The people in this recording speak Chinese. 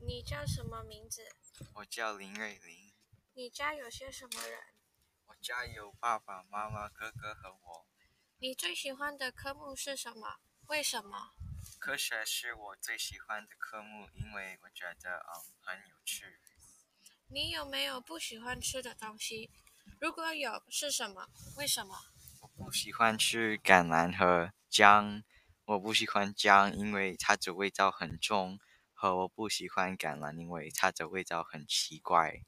你叫什么名字？我叫林瑞玲，你家有些什么人？我家有爸爸妈妈、哥哥和我。你最喜欢的科目是什么？为什么？科学是我最喜欢的科目，因为我觉得嗯很有趣。你有没有不喜欢吃的东西？如果有，是什么？为什么？我不喜欢吃橄榄和姜，我不喜欢姜，因为它的味道很重，和我不喜欢橄榄，因为它的味道很奇怪。